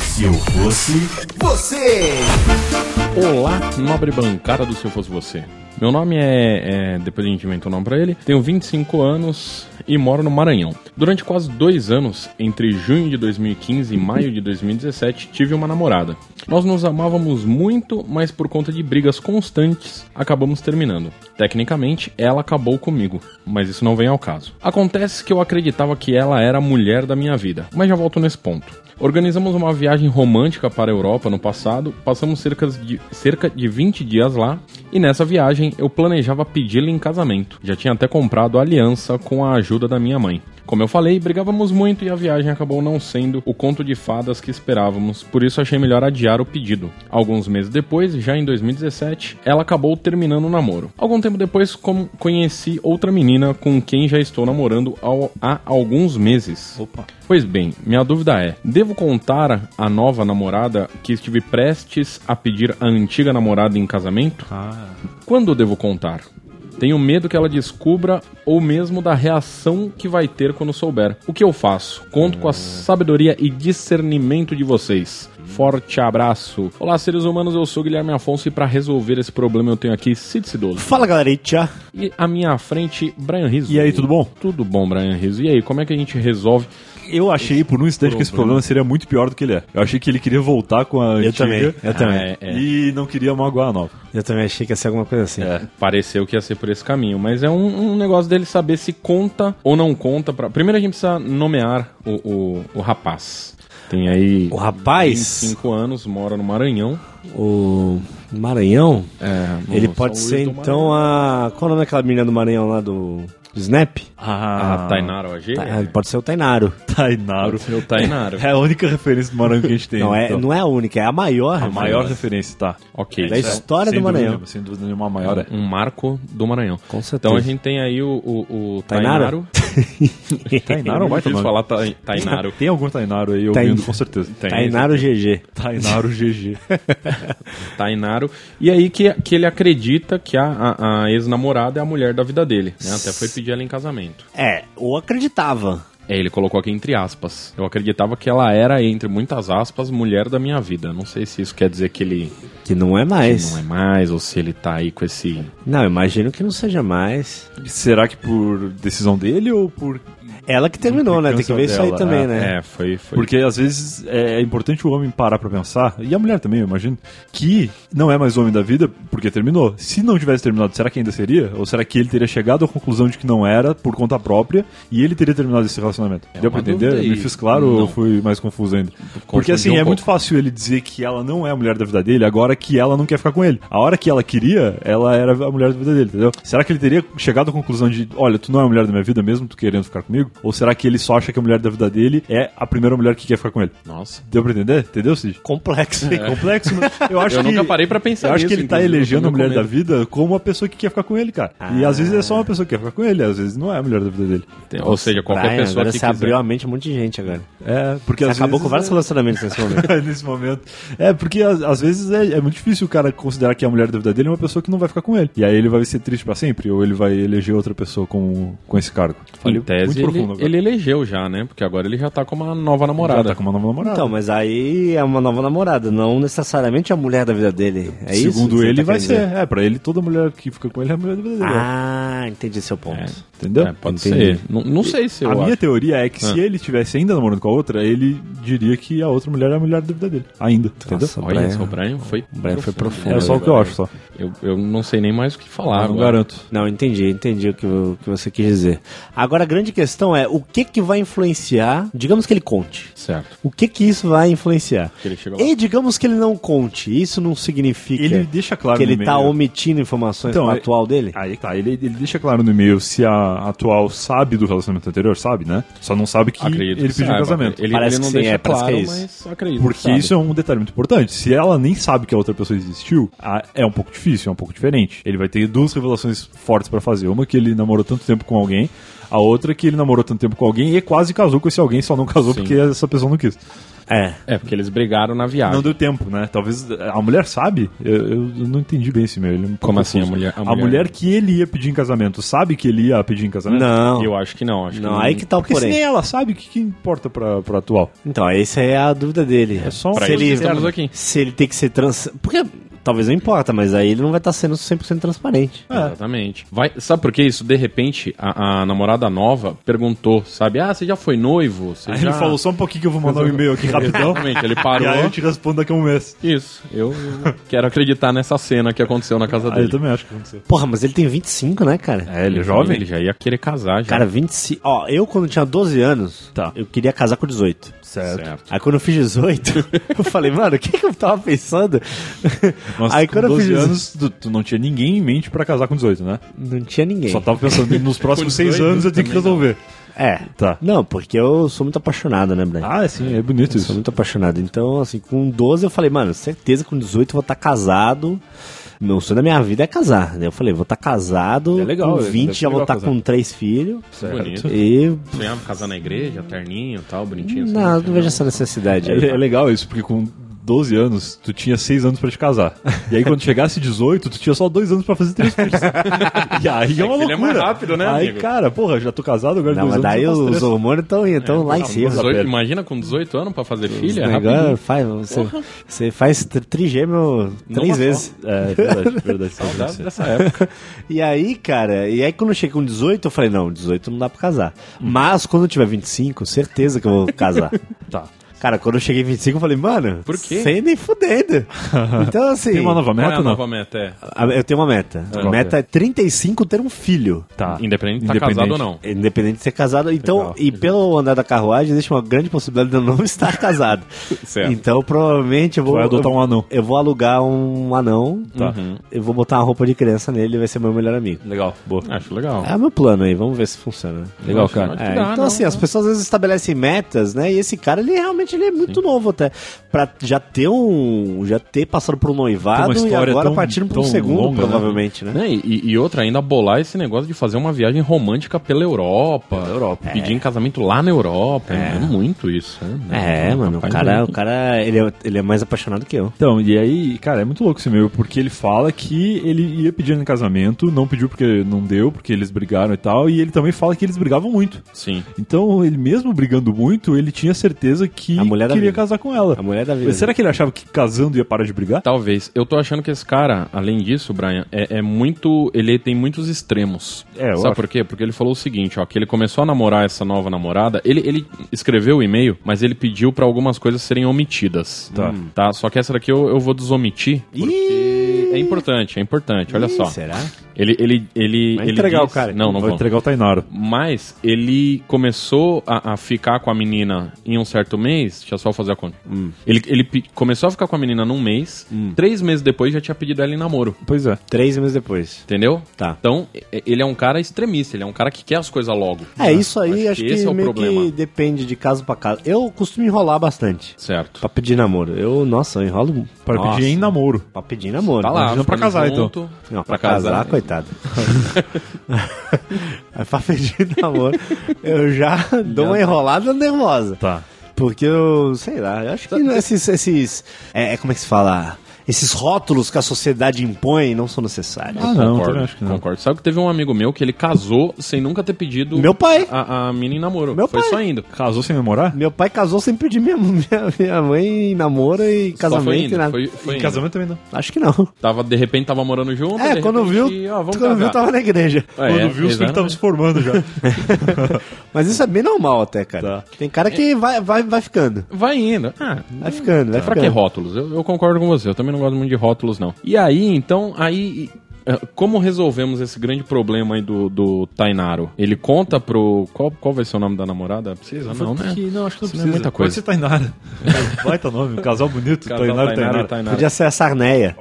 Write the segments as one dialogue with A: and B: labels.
A: Se eu fosse você.
B: Olá, nobre bancada do Se Eu Fosse Você. Meu nome é, é- Depois a gente inventa o nome pra ele. Tenho 25 anos e moro no Maranhão. Durante quase dois anos, entre junho de 2015 e maio de 2017, tive uma namorada. Nós nos amávamos muito, mas por conta de brigas constantes, acabamos terminando. Tecnicamente, ela acabou comigo, mas isso não vem ao caso. Acontece que eu acreditava que ela era a mulher da minha vida, mas já volto nesse ponto. Organizamos uma viagem romântica para a Europa no passado, passamos cerca de, cerca de 20 dias lá, e nessa viagem eu planejava pedi-la em casamento. Já tinha até comprado a aliança com a ajuda da minha mãe. Como eu falei, brigávamos muito e a viagem acabou não sendo o conto de fadas que esperávamos, por isso achei melhor adiar o pedido. Alguns meses depois, já em 2017, ela acabou terminando o namoro. Algum tempo depois, com- conheci outra menina com quem já estou namorando ao- há alguns meses.
C: Opa.
B: Pois bem, minha dúvida é: devo contar à nova namorada que estive prestes a pedir a antiga namorada em casamento?
C: Ah,
B: Quando devo contar? Tenho medo que ela descubra ou mesmo da reação que vai ter quando souber. O que eu faço? Conto com a sabedoria e discernimento de vocês. Forte abraço. Olá, seres humanos, eu sou Guilherme Afonso e para resolver esse problema eu tenho aqui Cid Cidoso.
C: Fala galera, e tchau.
B: E à minha frente, Brian Rizzo.
D: E aí, tudo bom?
B: Tudo bom, Brian Rizzo. E aí, como é que a gente resolve?
D: Eu achei por um instante que esse problema seria muito pior do que ele é. Eu achei que ele queria voltar com a antiga
C: eu também.
B: Ah, é, é.
D: e não queria magoar a nova.
C: Eu também achei que ia ser alguma coisa assim.
B: É. Pareceu que ia ser por esse caminho, mas é um, um negócio dele saber se conta ou não conta. Pra... Primeiro a gente precisa nomear o, o, o rapaz. Tem aí
C: O rapaz,
B: 25 anos, mora no Maranhão.
C: o Maranhão,
B: É, no
C: ele
B: São
C: pode
B: Luís
C: ser
B: do
C: então
B: Maranhão.
C: a. Qual o nome daquela menina do Maranhão lá do, do Snap?
B: A
D: Ah,
B: Tainaro AG?
C: Tá, ele pode ser o Tainaro.
D: Tainaro.
B: O Tainaro.
D: É a única referência do Maranhão que a gente tem.
C: não, é,
D: então.
C: não é a única, é a maior.
D: A maior referência, tá.
B: Ok.
C: Da
B: isso é
C: história
D: Sem
C: do
D: dúvida
C: Maranhão.
D: nenhuma, Sem dúvida nenhuma, a maior é.
B: Um marco do Maranhão.
C: Com certeza.
B: Então a gente tem aí o, o, o
C: Tainaro?
B: Tainaro.
C: é
D: Tainaro
C: um
B: vai
D: tomar.
B: falar ta- Tainaro.
D: Tem algum Tainaro aí
C: Tain-
D: ouvindo, com certeza. Tem.
C: Tainaro GG.
D: Tainaro GG.
B: Tainaro. E aí que, que ele acredita que a, a- a ex-namorada é a mulher da vida dele. né? Até foi pedir ela em casamento.
C: É, ou acreditava.
B: É, ele colocou aqui entre aspas. Eu acreditava que ela era, entre muitas aspas, mulher da minha vida. Não sei se isso quer dizer que ele
C: Que não é mais.
B: não é mais ou se ele tá aí com esse.
C: Não, eu imagino que não seja mais.
D: Será que por decisão dele ou por.
C: Ela que terminou, né? Tem que ver isso aí
D: Implicância
C: também,
D: dela,
C: né?
B: É, foi. foi.
D: Porque às vezes é importante o homem parar pra pensar, e a mulher também, eu imagino, que não é mais homem da vida porque terminou. Se não tivesse terminado, será que ainda seria? Ou será que ele teria chegado à conclusão de que não era por conta própria e ele teria terminado esse relacionamento? Deu pra
B: É uma
D: entender?
B: dúvida
D: Me
B: e-
D: fiz claro ou
B: não.
D: fui mais confuso ainda? Porque assim,
B: um
D: é
B: pouco.
D: muito fácil ele dizer que ela não é a mulher da vida dele agora que ela não quer ficar com ele. A hora que ela queria, ela era a mulher da vida dele, entendeu? Será que ele teria chegado à conclusão de, olha, tu não é a mulher da minha vida mesmo, tu querendo ficar comigo? Ou será que ele só acha que a mulher da vida dele é a primeira mulher que quer ficar com ele?
B: Nossa.
D: Deu pra entender? Entendeu, Cid? É.
C: Complexo.
D: Complexo, mas eu acho
B: Eu
D: que...
B: nunca parei pra pensar
D: Eu acho que
B: nisso,
D: ele tá
B: inclusive,
D: elegendo
B: eu
D: a
B: tô
D: mulher
B: com
D: da
B: medo. Ah.
D: vida como a pessoa que quer ficar com ele, cara. E às vezes é só uma pessoa que quer ficar com ele, às vezes não é a mulher da vida dele.
B: Ou seja, qualquer
C: Brian,
B: pessoa
C: agora
B: que
C: você
B: quiser.
C: abriu a mente de um monte de gente agora.
D: É, porque
C: Você
D: às
C: acabou
D: vezes
C: com vários
D: é-
C: relacionamentos nesse momento.
D: nesse momento. É, porque às, às vezes é, é muito difícil o cara considerar que a mulher da vida dele é uma pessoa que não vai ficar com ele. E aí ele vai ser triste pra sempre, ou ele vai eleger outra pessoa com, com esse cargo.
B: Em tese, ele,
D: é agora.
B: ele elegeu já, né? Porque agora ele já tá com uma nova
D: Já
B: namorada.
D: tá com uma nova namorada.
C: é Então, mas aí é uma nova namorada, não necessariamente a mulher da vida dele. É isso?
D: Segundo
C: que você
D: ele,
C: tá
D: vai
C: querendo
D: ser.
C: dizer?
D: É, pra ele toda mulher que fica com ele é a mulher da vida dele.
C: Ah, entendi seu ponto.
D: Entendeu?
B: É, pode
C: Entendi.
B: ser. Não, não sei se eu
D: a minha
B: acho.
D: teoria é que
C: Ah.
D: se ele estivesse ainda namorando com a outra, ele diria que a outra mulher é a mulher da vida dele. Ainda. entendeu?
C: Nossa,
B: Olha,
C: Brian.
B: só, o Brian foi.
C: O Brian foi profundo.
D: É só o que eu acho, só.
B: Eu, eu não sei nem mais o que falar.
D: não
B: agora.
D: garanto.
C: Não, entendi, entendi o que, o que você quis dizer. Agora a grande questão é o que, que vai influenciar, digamos que ele conte.
B: Certo.
C: O que que isso vai influenciar?
B: Que ele chega lá.
C: E digamos que ele não conte, isso não significa
D: Ele deixa claro
C: que
D: no
C: ele está
D: e-mail.
C: omitindo informações
D: Então,
C: pra
D: é-
C: atual dele?
D: Aí que tá, ele, ele deixa claro no e-mail se a atual sabe do relacionamento anterior, sabe, né? Só não sabe que
B: Acredito
D: ele
B: que
D: pediu em
B: saiba.
D: casamento.
B: Ele,
C: Parece
B: ele não
C: que sim,
B: deixa
C: é, parece
B: claro,
C: que é isso.
B: mas acredito.
D: Porque
B: sabe?
D: isso é um detalhe muito importante. Se ela nem sabe que a outra pessoa existiu, a- é um pouco difícil, é um pouco diferente. Ele vai ter duas revelações fortes pra fazer. Uma que ele namorou tanto tempo com alguém, A outra é que ele namorou tanto tempo com alguém e quase casou com esse alguém, só não casou
B: Sim.
D: porque essa pessoa não quis.
C: É.
B: É, porque eles brigaram na viagem.
D: um- Não deu tempo, né? Talvez. A mulher sabe? Eu, eu não entendi bem esse meu. Ele é um pouco
B: Como assim, a
D: confuso.
B: mulher- a
D: A mulher...
B: mulher-
D: que ele ia pedir em casamento sabe que ele ia pedir em casamento?
C: Não.
B: Eu acho que não. Acho
C: Não,
B: que
C: aí que tá o
D: Porque se
C: porém.
D: nem ela sabe, o que, que importa pra, pra atual?
C: Então, essa é a dúvida dele. É
D: só um-
B: Pra
C: se
B: isso
C: ele,
B: que estamos aqui.
C: se ele tem que ser trans... Porque talvez não importa, mas aí ele não vai estar sendo 100% transparente.
B: É. Exatamente. Vai, sabe por que isso? De repente, a, a namorada nova perguntou, sabe? Ah, você já foi noivo? Você
D: Aí
B: já...
D: ele falou só um pouquinho que eu vou mandar um e-mail aqui rapidão.
B: Exatamente, ele
D: e
B: parou.
D: aí eu te respondo daqui a um mês.
B: Isso, eu eu quero acreditar nessa cena que aconteceu na casa
D: Aí eu
B: dele.
D: também acho que aconteceu.
C: Porra, mas ele tem 25, né, cara?
D: É, ele é
B: Ele
D: jovem?
B: já ia querer casar, já.
C: Cara, 25... Ó, eu quando tinha 12 anos,
D: Tá.
C: eu queria casar com 18.
D: Certo.
B: certo.
C: Aí quando eu fiz 18, eu falei, mano, o que, que eu tava pensando?
D: Nossa,
C: aí
D: com
C: quando eu
D: 12
C: fiz 18,
D: anos, tu, tu não tinha ninguém em mente pra casar com 18, né?
C: não tinha ninguém.
D: Só tava pensando, nos próximos 6
B: 18
D: anos eu tenho que resolver.
C: É.
D: Tá.
C: Não, porque eu sou muito apaixonado, né, Brian?
D: Ah, sim, é bonito
C: Eu sou
D: isso.
C: muito apaixonado. Então, assim, com 12 eu falei, mano, certeza que com 18 eu vou estar casado. Meu sonho da minha vida é casar, né? Eu falei, vou estar casado,
D: É legal,
C: com
D: é,
C: 20
D: deve
C: já
D: ser
C: vou
D: legal
C: estar
D: casar.
C: com três filhos.
B: Bonito.
C: E.
B: Sonhava casar na igreja, terninho e tal, bonitinho. assim,
C: Não,
B: no
C: não
B: final.
C: vejo essa necessidade
D: É,
C: aí.
D: é legal isso, porque com 12 anos, tu tinha 6 anos pra te casar. E aí quando chegasse 18, tu tinha só 2 anos pra fazer 3 filhos. E aí é uma
B: É que
D: loucura.
B: ele é mais rápido, né,
D: Aí,
B: amigo?
D: cara, porra, já tô casado, agora
C: Não,
D: 2
C: mas
D: anos
C: daí
D: eu faço
C: os
D: três. É,
C: hormônios estão estão lá em
B: Com
C: cima.
B: 18,
D: Pedro.
B: imagina com 18 anos pra fazer
D: é,
B: filha?
C: Esse negócio
B: rapidinho.
C: faz, você, você faz tri- trigêmeo
B: uma
C: três
B: só.
C: vezes.
D: É, verdade, verdade.
B: Saudades
D: sim.
B: dessa época.
C: E aí, cara, e aí quando eu cheguei com 18, eu falei, não, 18 não dá pra casar.
D: Hum.
C: Mas quando eu tiver 25, certeza que eu vou casar.
D: Tá.
C: Cara, quando eu cheguei em 25, eu falei, mano,
B: Por quê?
C: sem nem fudendo. então, assim,
D: Tem uma nova
B: Qual é
D: meta,
B: a
D: ou não?
B: nova meta? É.
C: a- eu tenho uma meta. A
D: Qual que
C: meta é 35 ter um filho.
D: Tá.
B: Ah, Independente de estar casado ou não.
C: Independente de ser casado. Então,
D: Legal.
C: e pelo andar da carruagem, existe uma grande possibilidade de eu não estar casado.
B: Certo.
C: Então, provavelmente, eu vou...
D: Vai adotar
C: eu-
D: um anão.
C: Eu vou alugar um anão,
D: Tá.
C: eu vou botar uma roupa de criança nele, ele vai ser meu melhor amigo.
D: Legal, boa.
B: Acho legal. Ah,
C: É o meu plano aí, vamos ver se funciona.
D: Legal,
B: Acho
D: cara.
B: que
C: É,
B: dá,
C: então
B: não,
C: assim,
B: não.
C: as pessoas às vezes estabelecem metas, né? E esse cara, ele realmente ele é muito novo até. Pra já ter um. Já ter passado por um noivado
D: Tem uma
C: e
D: história
C: agora
D: tão-
C: partindo pra um
D: tão
C: segundo,
D: longa, né?
C: provavelmente, né?
B: Né, E, e outra, ainda bolar esse negócio de fazer uma viagem romântica pela Europa. Europa. Pedir em casamento lá na Europa. É, muito isso. né?
C: É, mano, o
B: Rapaz,
C: cara,
B: muito.
C: o cara ele, é, ele é mais apaixonado que eu.
D: Então, e aí, cara, é muito louco esse meu, porque ele fala que ele ia pedindo em casamento, não pediu porque não deu, porque eles brigaram e tal, e ele também fala que eles brigavam muito.
B: Sim.
D: Então, ele mesmo brigando muito, ele tinha certeza que
C: A mulher da
D: queria
C: vida.
D: casar com ela.
C: A mulher da vida. Tá,
D: Mas será que ele achava que casando ia parar de brigar?
B: Talvez. Eu tô achando que esse cara, além disso, Brian, é, é muito. Ele tem muitos extremos.
D: É, eu
B: Sabe
D: acho.
B: por quê? Porque ele falou o seguinte, ó, que ele começou a namorar essa nova namorada. Ele, ele escreveu o e-mail, mas ele pediu pra algumas coisas serem omitidas.
D: Tá.
B: Tá? Só que essa daqui eu, eu vou desomitir. Porque é importante, é importante. Olha só.
C: Será?
B: Ele. ele, ele
C: Vai
B: ele
C: entregar
B: diz-
C: o cara.
B: Não, não
D: Vai
B: vou.
D: entregar o Tainaro.
B: Mas ele começou a, a ficar com a menina em um certo mês. Deixa eu só fazer a conta.
C: Hum.
B: Ele, ele pe- começou a ficar com a menina num mês. Três meses depois já tinha pedido ela em namoro.
D: Pois é.
C: Três meses depois.
B: Entendeu?
C: Tá.
B: Então, e- ele é um cara extremista. Ele é um cara que quer as coisas logo. Né?
C: É, isso aí acho, que,
B: esse é o
C: meio que
B: problema.
C: depende de caso pra caso. Eu costumo enrolar bastante.
B: Certo.
C: Pra pedir namoro. Eu, nossa, eu enrolo.
D: Para
C: Nossa.
D: pedir em namoro.
C: Pra pedir namoro.
B: Tá lá.
D: Imagina pra
B: ficando
D: casar,
B: junto.
C: então. Não, pra, casar,
B: né?
C: coitado. Aí pra pedir namoro, eu já dou
B: tá.
C: uma enrolada nervosa.
D: Tá.
C: Porque eu, sei lá, eu acho que esses. esses é, é, como é que se fala? Esses rótulos que a sociedade impõe não são necessários.
D: Ah, não, também acho que não.
B: Concordo. Sabe que teve um amigo meu que ele casou sem nunca ter pedido
C: Meu pai.
B: a, a mina em namoro.
C: Meu
B: Foi
C: pai.
B: só indo.
D: Casou sem namorar?
C: Meu pai casou sem pedir minha, minha, minha mãe em namoro e
B: Só foi
C: casamento e
B: indo.
C: nada.
B: Foi, foi indo.
D: Casamento também não.
C: Acho que não.
B: Tava, de repente tava morando junto.
C: É,
B: de
C: quando
B: repente,
C: viu,
B: ó, vamos
C: quando viu
B: casar.
C: tava na igreja.
B: É,
D: Quando viu, os filhos
B: exatamente.
D: estavam se formando já.
C: Mas isso é bem normal até, cara.
D: Tá.
C: Tem cara que vai, vai, vai ficando.
B: Vai indo. Ah,
C: Vai ficando, vai
B: É. pra
C: ficando.
B: que rótulos? Eu, eu concordo com você, eu também não gosto muito de rótulos, não. E aí, então, aí. eh, Como resolvemos esse grande problema aí do, do Tainaro? Ele conta pro. Qual, qual vai ser o nome da namorada? Precisa, não, né?
D: não, acho que
B: Isso não é muita coisa.
D: Pode ser Tainara. Baita nome, um casal bonito.
B: Casal
D: Tainaro,
B: Tainaro e
D: Tainara.
B: Tainara.
C: Podia ser a Sarneia.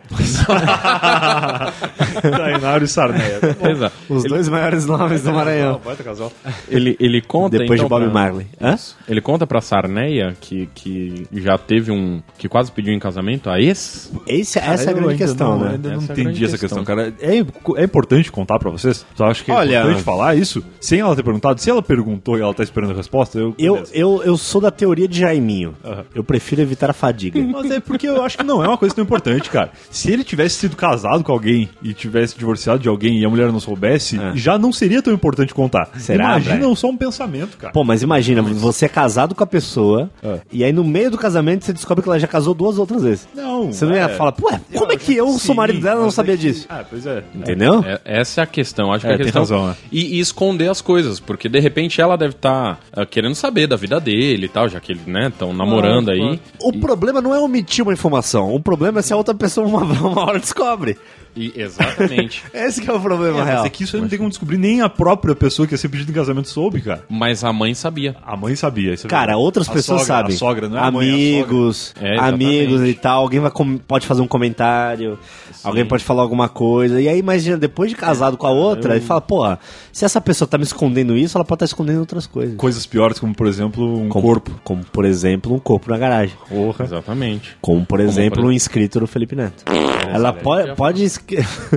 D: Tainaro e Sarneia.
B: Exato.
C: Os dois maiores nomes do Maranhão.
D: Baita casal.
B: Ele, ele conta
C: Depois
B: então,
C: de Bob
B: pra-
C: Marley. Hã?
B: Ele conta pra Sarneia que, que já teve um. que quase pediu em casamento a esse.
C: Esse, essa é a
D: eu
C: grande
D: ainda
C: questão,
D: não,
C: né?
D: Ainda não
B: Essa é a
D: entendi
B: grande
D: essa questão,
B: questão.
D: cara. é, é importante contar pra vocês? Tu acha que é
C: Olha-
D: importante falar isso? Sem ela ter perguntado, se ela perguntou e ela tá esperando a resposta, eu.
C: Eu,
D: beleza.
C: eu, eu sou da teoria de Jaiminho. Eu prefiro evitar a fadiga.
D: Mas é porque eu acho que não é uma coisa tão importante, cara. Se ele tivesse sido casado com alguém e tivesse divorciado de alguém e a mulher não soubesse, já não seria tão importante contar.
C: Será,
D: Imagina
C: Brian?
D: só um pensamento, cara.
C: Pô, mas imagina, você é casado com a pessoa
D: É.
C: e aí no meio do casamento você descobre que ela já casou duas outras vezes.
D: Não,
C: Você não ia
D: é.
C: falar, ué, como é que eu sou marido dela e não sabia disso?
D: Ah, pois é.
C: Entendeu?
B: É, essa é a questão. Acho
D: É,
B: que é, a
D: tem
B: questão.
D: razão, né?
B: e, e esconder as coisas, porque de repente ela deve estar querendo saber da vida dele e tal, já que eles estão namorando aí.
C: O problema não é omitir uma informação, o problema é se a outra pessoa uma, uma hora descobre.
B: E- exatamente.
C: Esse que é o problema
D: Mas
C: real.
D: é que isso aí não tem como descobrir nem a própria pessoa que ia ser pedida em casamento soube, cara.
B: Mas a mãe sabia.
D: A mãe sabia. isso é
C: Cara,
D: verdade.
C: outras
D: A
C: pessoas
D: sogra-
C: sabem.
D: A sogra, não é
C: amigos,
B: É, exatamente.
C: amigos e tal. Alguém vai com- pode fazer um comentário, alguém pode falar alguma coisa. E aí, imagina, depois de casado com a
D: É,
C: outra, ele fala, porra, se essa pessoa tá me escondendo isso, ela pode estar escondendo outras coisas.
D: Coisas piores, como, por exemplo, um
C: Como-
D: corpo.
C: Como, por exemplo, um corpo na garagem.
B: Exatamente.
C: Como, por exemplo,
B: por-
C: um inscrito do Felipe Neto. Ela pode, pode, esque-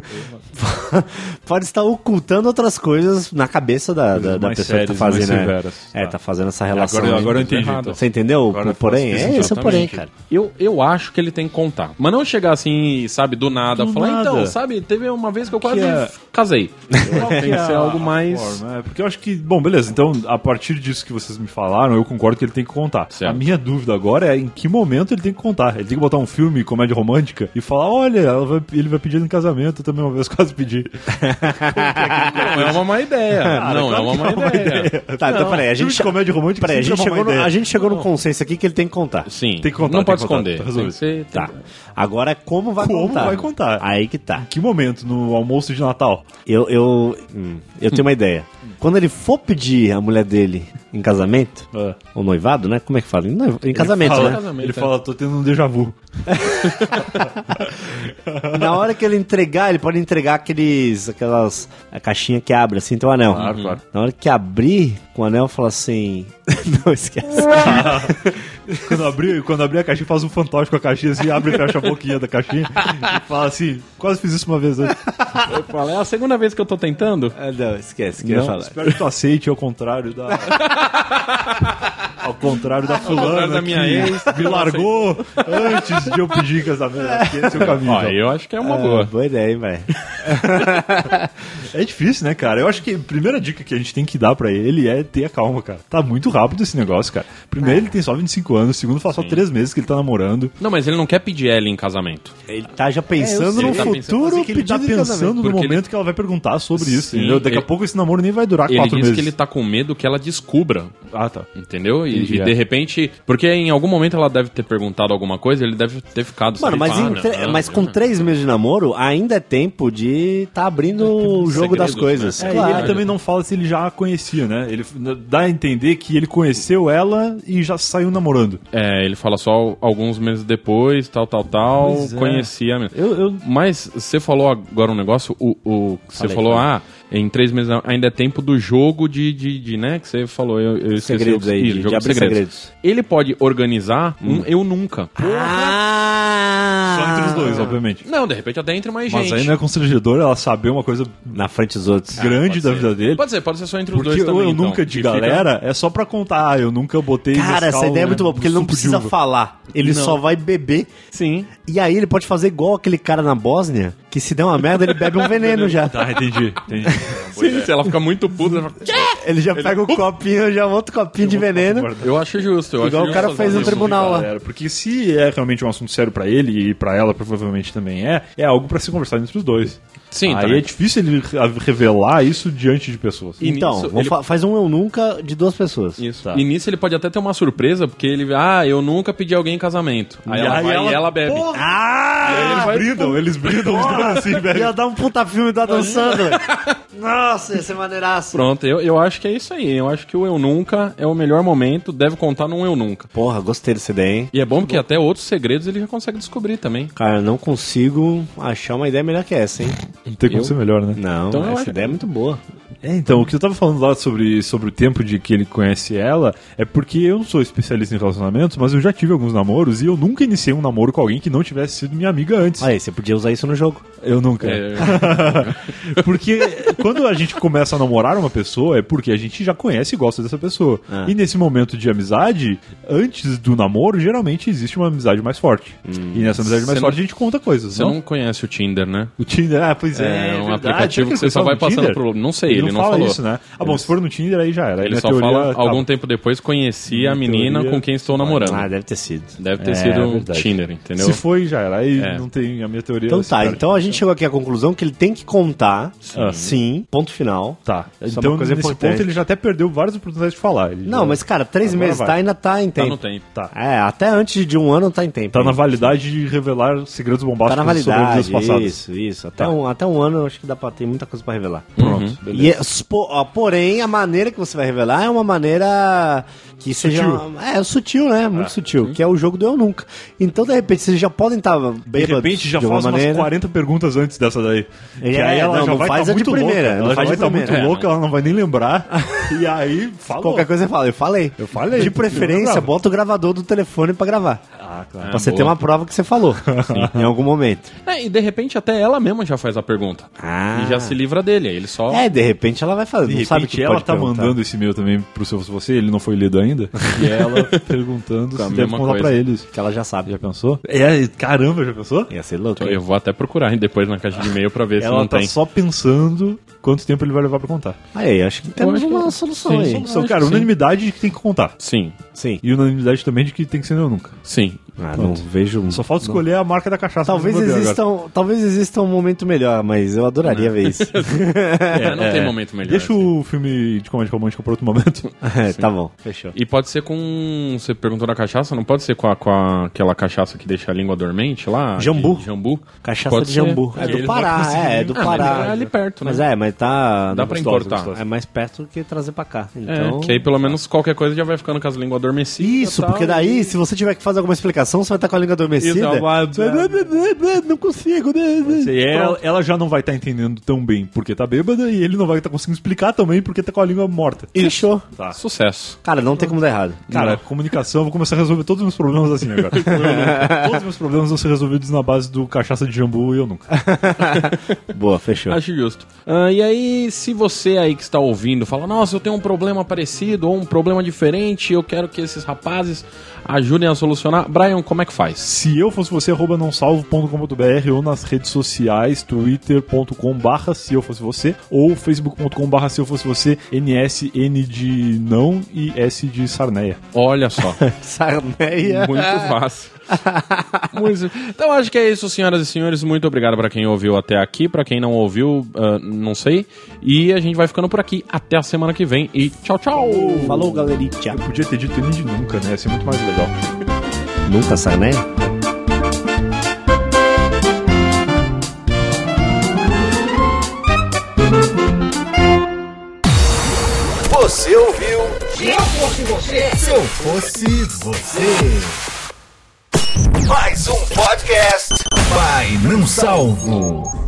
C: pode estar ocultando outras coisas na cabeça da, da,
D: Coisas
C: da
D: mais
C: pessoa que tá
D: sérias e mais
C: fazendo. né?
D: severas.
C: É,
D: Tá.
C: tá fazendo essa relação.
D: Agora,
C: aí.
D: agora eu entendi.
B: errado.
D: então.
C: Você entendeu?
D: Agora
C: o porém,
D: faz
C: é
D: sentido.
C: esse é o porém, cara.
B: Eu, eu acho que ele tem que contar. Mas não chegar assim, sabe, do nada,
D: Do
B: falar,
D: nada.
B: então, sabe, teve uma vez que eu quase
D: é-
B: casei. tem
D: É,
B: que ser algo
D: a
B: mais.
D: forma, é, porque eu acho que. Bom, beleza. Então, a partir disso que vocês me falaram, eu concordo que ele tem que contar.
B: Certo.
D: A minha dúvida agora é em que momento ele tem que contar. Ele tem que botar um filme, comédia romântica, e falar: olha, ela vai- ele vai pedir em casamento, eu também uma vez quase pedi.
B: Não é uma má ideia. não,
D: claro
B: é
D: que
B: uma
D: não
B: má,
D: é uma
B: ideia.
D: ideia.
C: Tá, então peraí, a
D: filme
C: gente.
D: de comédia romântica
C: Peraí, a
D: sempre
C: gente,
D: é uma má
C: chegou no,
D: ideia.
C: a gente chegou no consenso aqui que ele tem que contar.
B: Sim.
D: Tem que contar, tem
B: Não pode
D: que contar, tá
B: esconder. tem
D: resolvido.
B: que ser.
C: Tá. Agora, como vai
D: Como
C: contar?
D: vai contar?
C: Aí que tá.
D: Em que momento? No almoço de Natal?
C: Eu, eu, hum, eu tenho uma ideia. Quando ele for pedir a mulher dele em casamento,
D: É.
C: ou noivado, né? Como é que fala? Em noiva- Em casamento,
D: fala,
C: né?
B: Casamento,
D: Ele
B: é.
D: fala, tô tendo um déjà vu.
C: Na hora que ele entregar, ele pode entregar aqueles, aquelas a caixinha que abre assim, tem o anel.
D: Claro, claro.
C: Na hora que abrir com o anel, fala assim, não esquece.
D: Quando abrir quando abri a caixinha, faz um fantoche com a caixinha assim, abre e fecha a boquinha da caixinha e fala assim, quase fiz isso uma vez antes.
B: Eu falo, é a segunda vez que eu tô tentando?
C: Ah, não, esquece. Que eu ia
D: Não, tá
C: falar.
D: espero que tu aceite ao contrário da... Ao contrário da fulana
B: contrário da minha
D: que
B: ex, que
D: me
B: não
D: largou antes de eu pedir em casamento. Acho que Esse é o caminho.
B: Ó,
D: João.
B: eu acho que é uma
C: Ah,
B: boa.
C: boa ideia, hein, velho.
D: É difícil, né, cara? Eu acho que a primeira dica que a gente tem que dar pra ele é ter a calma, cara. Tá muito rápido esse negócio, cara.
B: É.
D: Primeiro, ele tem só 25 anos. Segundo, faz só 3 meses que ele tá namorando.
B: Não, mas ele não quer pedir ela em casamento.
C: Ele tá
D: É,
C: já pensando
B: sei,
C: no
B: tá pensando.
C: futuro
D: Mas é que ele tá
C: pedido em casamento.
D: pensando no
B: Porque
D: momento
B: ele-
D: que ela vai perguntar sobre isso,
B: Sim,
D: entendeu? Daqui a
B: ele-
D: pouco esse namoro nem vai durar
B: Ele
D: 4
B: diz
D: meses.
B: que ele tá com medo que ela descubra,
D: Ah, tá.
B: entendeu? E,
D: Entendi,
B: e
D: é.
B: de repente. Porque em algum momento ela deve ter perguntado alguma coisa, ele deve ter ficado.
C: Mano,
B: sabe,
C: mas,
B: pá,
C: em
B: né?
C: tre-
B: Ah,
C: mas
B: né?
C: com três meses de namoro, ainda é tempo de tá abrindo o jogo das
B: segredos,
C: coisas.
B: né?
D: É,
B: Claro.
D: e ele também não fala se ele já a conhecia, né? Ele dá a entender que ele conheceu ela e já saiu namorando.
B: É, ele fala só alguns meses depois, tal, tal, tal.
D: Pois é.
B: Conhecia. mesmo.
D: Eu, eu
B: Mas você falou agora um negócio, o, o- você
C: Falei,
B: falou,
C: falei.
B: ah, em três meses ainda é tempo do jogo de, de, de, né, que você falou, eu, eu esqueci
C: Segredos
B: o-
C: aí,
B: isso,
C: de-
B: jogo
C: de abrir segredos. Hum.
B: Ele pode organizar um eu nunca.
C: Ah!
D: só entre os dois, obviamente.
B: Não, de repente até entre mais
D: Mas
B: gente.
D: aí não é constrangedor ela saber uma coisa
C: Na frente dos outros.
D: grande
B: Ah, pode
D: da
B: ser.
D: vida dele.
B: Pode ser, pode ser só entre os
D: Porque
B: dois também.
D: o eu
B: então,
D: nunca de
B: que fica-
D: galera é só pra contar, ah, eu nunca botei
C: Cara, essa
D: mescal
C: ideia é muito
B: né?
D: no-
C: boa, porque ele
D: no
C: não
D: suco de
C: precisa
D: uva.
C: falar. Ele só vai beber.
B: Sim.
C: E aí ele pode fazer igual aquele cara na Bósnia, que se der uma merda, ele bebe um veneno já.
D: Tá, entendi, entendi.
B: Sim, se ela fica muito puta, ela fala, "Tchê!"
C: Ele já pega um copinho, já outro copinho de veneno.
B: eu acho justo. Eu
C: Igual
B: acho
C: o cara
B: justo
C: fez no
B: fazer isso.
C: tribunal lá.
D: Galera, porque se é realmente um assunto sério pra ele e pra ela provavelmente também é, é algo pra se conversar entre os dois.
B: Sim,
D: Aí
B: tá.
D: é difícil ele re- revelar isso diante de pessoas.
B: E
C: Então,
B: nisso,
C: vamos
B: ele-
C: fa- faz um eu nunca de duas pessoas.
B: Isso. E nisso ele pode até ter uma surpresa, porque ele, ah, eu nunca pedi alguém em casamento. Aí, ela, vai e ela bebe.
D: Porra!
C: Ah!
D: Aí eles brindam, eles brindam os dois assim, velho.
C: Ia dar um puta filme do Adam Sandler. Nossa, ia ser maneiraço.
B: Pronto, eu, eu acho que é isso aí. Eu acho que o Eu Nunca é o melhor momento, deve contar num Eu Nunca.
C: Porra, gostei dessa ideia, hein?
B: E é bom porque até outros segredos ele já consegue descobrir também.
C: Cara, não consigo achar uma ideia melhor que essa, hein?
D: Não tem como
B: Eu?
D: ser melhor, né?
C: Não,
B: Então eu
C: essa
B: acho-
C: ideia é muito boa.
D: É, então, o que eu tava falando lá sobre, sobre o tempo de que ele conhece ela é porque eu não sou especialista em relacionamentos, mas eu já tive alguns namoros e eu nunca iniciei um namoro com alguém que não tivesse sido minha amiga antes.
C: Aí, você podia usar isso no jogo.
D: Eu nunca.
B: É,
D: Porque quando a gente começa a namorar uma pessoa, é porque a gente já conhece e gosta dessa pessoa.
C: Ah.
B: É.
D: E nesse momento de amizade, antes do namoro, geralmente existe uma amizade mais forte. E nessa amizade mais
B: Hum. Você não-
D: forte a gente conta coisas.
B: você não conhece o Tinder, né?
D: O Tinder, ah, pois é.
B: É, um
D: verdade. Será
B: aplicativo que
D: ele
B: você só
D: fala
B: vai
D: no
B: passando
D: Tinder?
B: por. Não sei, ele, não,
D: fala
B: falou.
D: isso, né? Ah, bom, se for no Tinder, aí já era. Aí
B: Ele
D: na
B: só
D: teoria,
B: fala
D: tá.
B: algum tempo depois conheci a menina
D: teoria- tá
B: com quem estou namorando.
C: Ah, deve ter sido.
B: Deve ter
D: É,
B: sido um
D: verdade.
B: Tinder, entendeu?
D: Se foi, já era. Aí
B: É.
D: não tem a minha teoria.
C: Então
D: se
C: tá,
D: perde.
C: então a gente chegou aqui à conclusão que ele tem que contar. Sim, ponto final.
D: Tá.
C: Isso é
D: então,
C: uma coisa
D: nesse
C: importante.
D: ponto, ele já até perdeu várias oportunidades de falar. Ele
C: Não,
D: já-
C: mas cara, três
D: Agora
C: meses
D: vai.
C: tá, ainda tá em
B: Tá
C: tempo.
B: no tempo.
D: Tá.
C: É, até antes de um ano tá em tempo.
D: Tá na
C: ainda.
D: validade de revelar segredos
C: Tá na
D: bombásticos sobre vidas
C: validade,
D: passadas.
C: isso, isso. Até,
D: Tá.
C: um, até um ano eu acho que dá pra ter muita coisa pra revelar.
D: Pronto, beleza.
C: E é- os po- ó, porém, a maneira que você vai revelar é uma maneira que seja.
D: Sutil. Uhum.
C: uma- é, sutil, né? Muito sutil, que é o jogo do Eu Nunca. Então, de repente, vocês já podem estar
D: De
C: bêbados.
D: repente já
C: de uma
D: faz umas
C: maneira.
D: 40 perguntas antes dessa daí.
C: É,
D: que aí ela
C: não,
D: já
C: não
D: vai
C: faz
D: tá
C: a de
D: muito
C: primeira,
D: louca.
C: não
D: Ela já
C: faz
D: vai
C: de
D: estar muito
C: primeira.
B: É,
D: louca,
B: não.
D: ela não vai nem lembrar. e aí, falou.
C: Qualquer coisa você fala, eu falei.
D: Eu falei.
C: De
D: Eu gravo.
C: preferência, bota o gravador do telefone pra gravar.
D: Ah, claro.
C: pra você
B: boa.
C: ter uma prova que você falou. em algum momento.
B: É, e de repente até ela mesma já faz a pergunta.
C: Ah.
B: E já se livra dele. Aí ele só.
C: É, de repente ela vai fazer.
D: De
C: não
D: repente
C: sabe o que
D: ela
C: pode
D: tá
C: perguntar.
D: mandando esse e-mail também pro seu se você, ele não foi lido ainda. E ela tá perguntando
B: Com a
D: se deve
B: mesma
D: contar
B: coisa.
D: pra eles.
C: Que ela já sabe.
D: Já pensou? É, caramba, já pensou?
C: Ia ser louco.
B: Então, Eu vou até procurar depois na caixa de e-mail pra ver se
D: Ela
B: não
D: tá
B: tem.
D: só pensando quanto tempo ele vai levar pra contar.
C: Aí, acho que temos
B: acho que-
C: uma solução
B: sim,
C: aí.
B: solução.
D: Então,
B: acho
D: cara,
B: que sim.
D: unanimidade de que tem que contar.
B: Sim,
C: Sim.
D: E unanimidade também de que tem que ser eu nunca.
B: sim.
C: Ah, não vejo um.
D: Só falta escolher a marca da cachaça.
C: Talvez
D: que eu vou beber
C: exista, um, talvez exista um momento melhor, mas eu adoraria ver isso.
B: É, não tem momento melhor.
D: Deixa
B: assim.
D: o filme de comédia romântica pra outro momento.
C: É, tá bom, fechou.
B: E pode ser com. Você perguntou na cachaça, não pode ser com, a- com a- aquela cachaça que deixa a língua dormente lá?
C: Jambu.
B: de jambu.
C: Cachaça
B: Pode
C: de
B: ser.
C: jambu. É
B: Ele
C: do
B: não
C: Pará,
B: vai conseguir.
C: é, é do
B: Ah, mas
C: Pará.
B: é ali perto, né?
C: Mas é, mas tá.
B: Dá pra
D: Gostosa,
B: importar.
D: gostosa.
C: É mais perto do que trazer pra cá.
B: É,
C: Então.
B: que aí pelo menos qualquer coisa já vai ficando com as línguas adormecidas.
C: Isso,
B: tal,
C: porque daí, se você tiver que fazer alguma explicação, você vai estar com a língua adormecida.
B: Isso, é uma-
C: Você vai, "Blá, blá, blá, blá, Não consigo. né? blá, blá".
D: E é ela, ela já não vai estar entendendo tão bem porque tá bêbada e ele não vai estar conseguindo explicar também porque tá com a língua morta.
C: Fechou.
D: Tá.
B: Sucesso.
C: Cara, não tem como dar errado.
D: Cara, comunicação, eu vou começar a resolver todos os meus problemas né? assim agora. Eu nunca. todos os meus problemas vão ser resolvidos na base do cachaça de jambu e eu nunca.
C: Boa, fechou.
B: Acho justo. Ah, e aí, se você aí que está ouvindo fala, nossa, eu tenho um problema parecido ou um problema diferente, eu quero que esses rapazes ajudem a solucionar. Brian, como é que faz?
D: Se eu fosse você, arroba nãosalvo.com.br ou nas redes sociais, twitter.com barra se eu fosse você ou facebook.com barra se eu fosse você, NSN de não e S de sarneia.
B: Olha só.
C: Sarneia.
B: Muito fácil. Muito- Então acho que é isso, senhoras e senhores. Muito obrigado para quem ouviu até aqui, para quem não ouviu, ah, não sei. E a gente vai ficando por aqui. Até a semana que vem e tchau, tchau.
C: Falou, galerita.
D: Eu podia ter dito N de nunca, né? Ia ser muito mais legal.
C: Nunca sarneia?
A: Você ouviu?
E: Se eu fosse você,
A: Se eu fosse você. Mais um podcast. Vai, não salvo.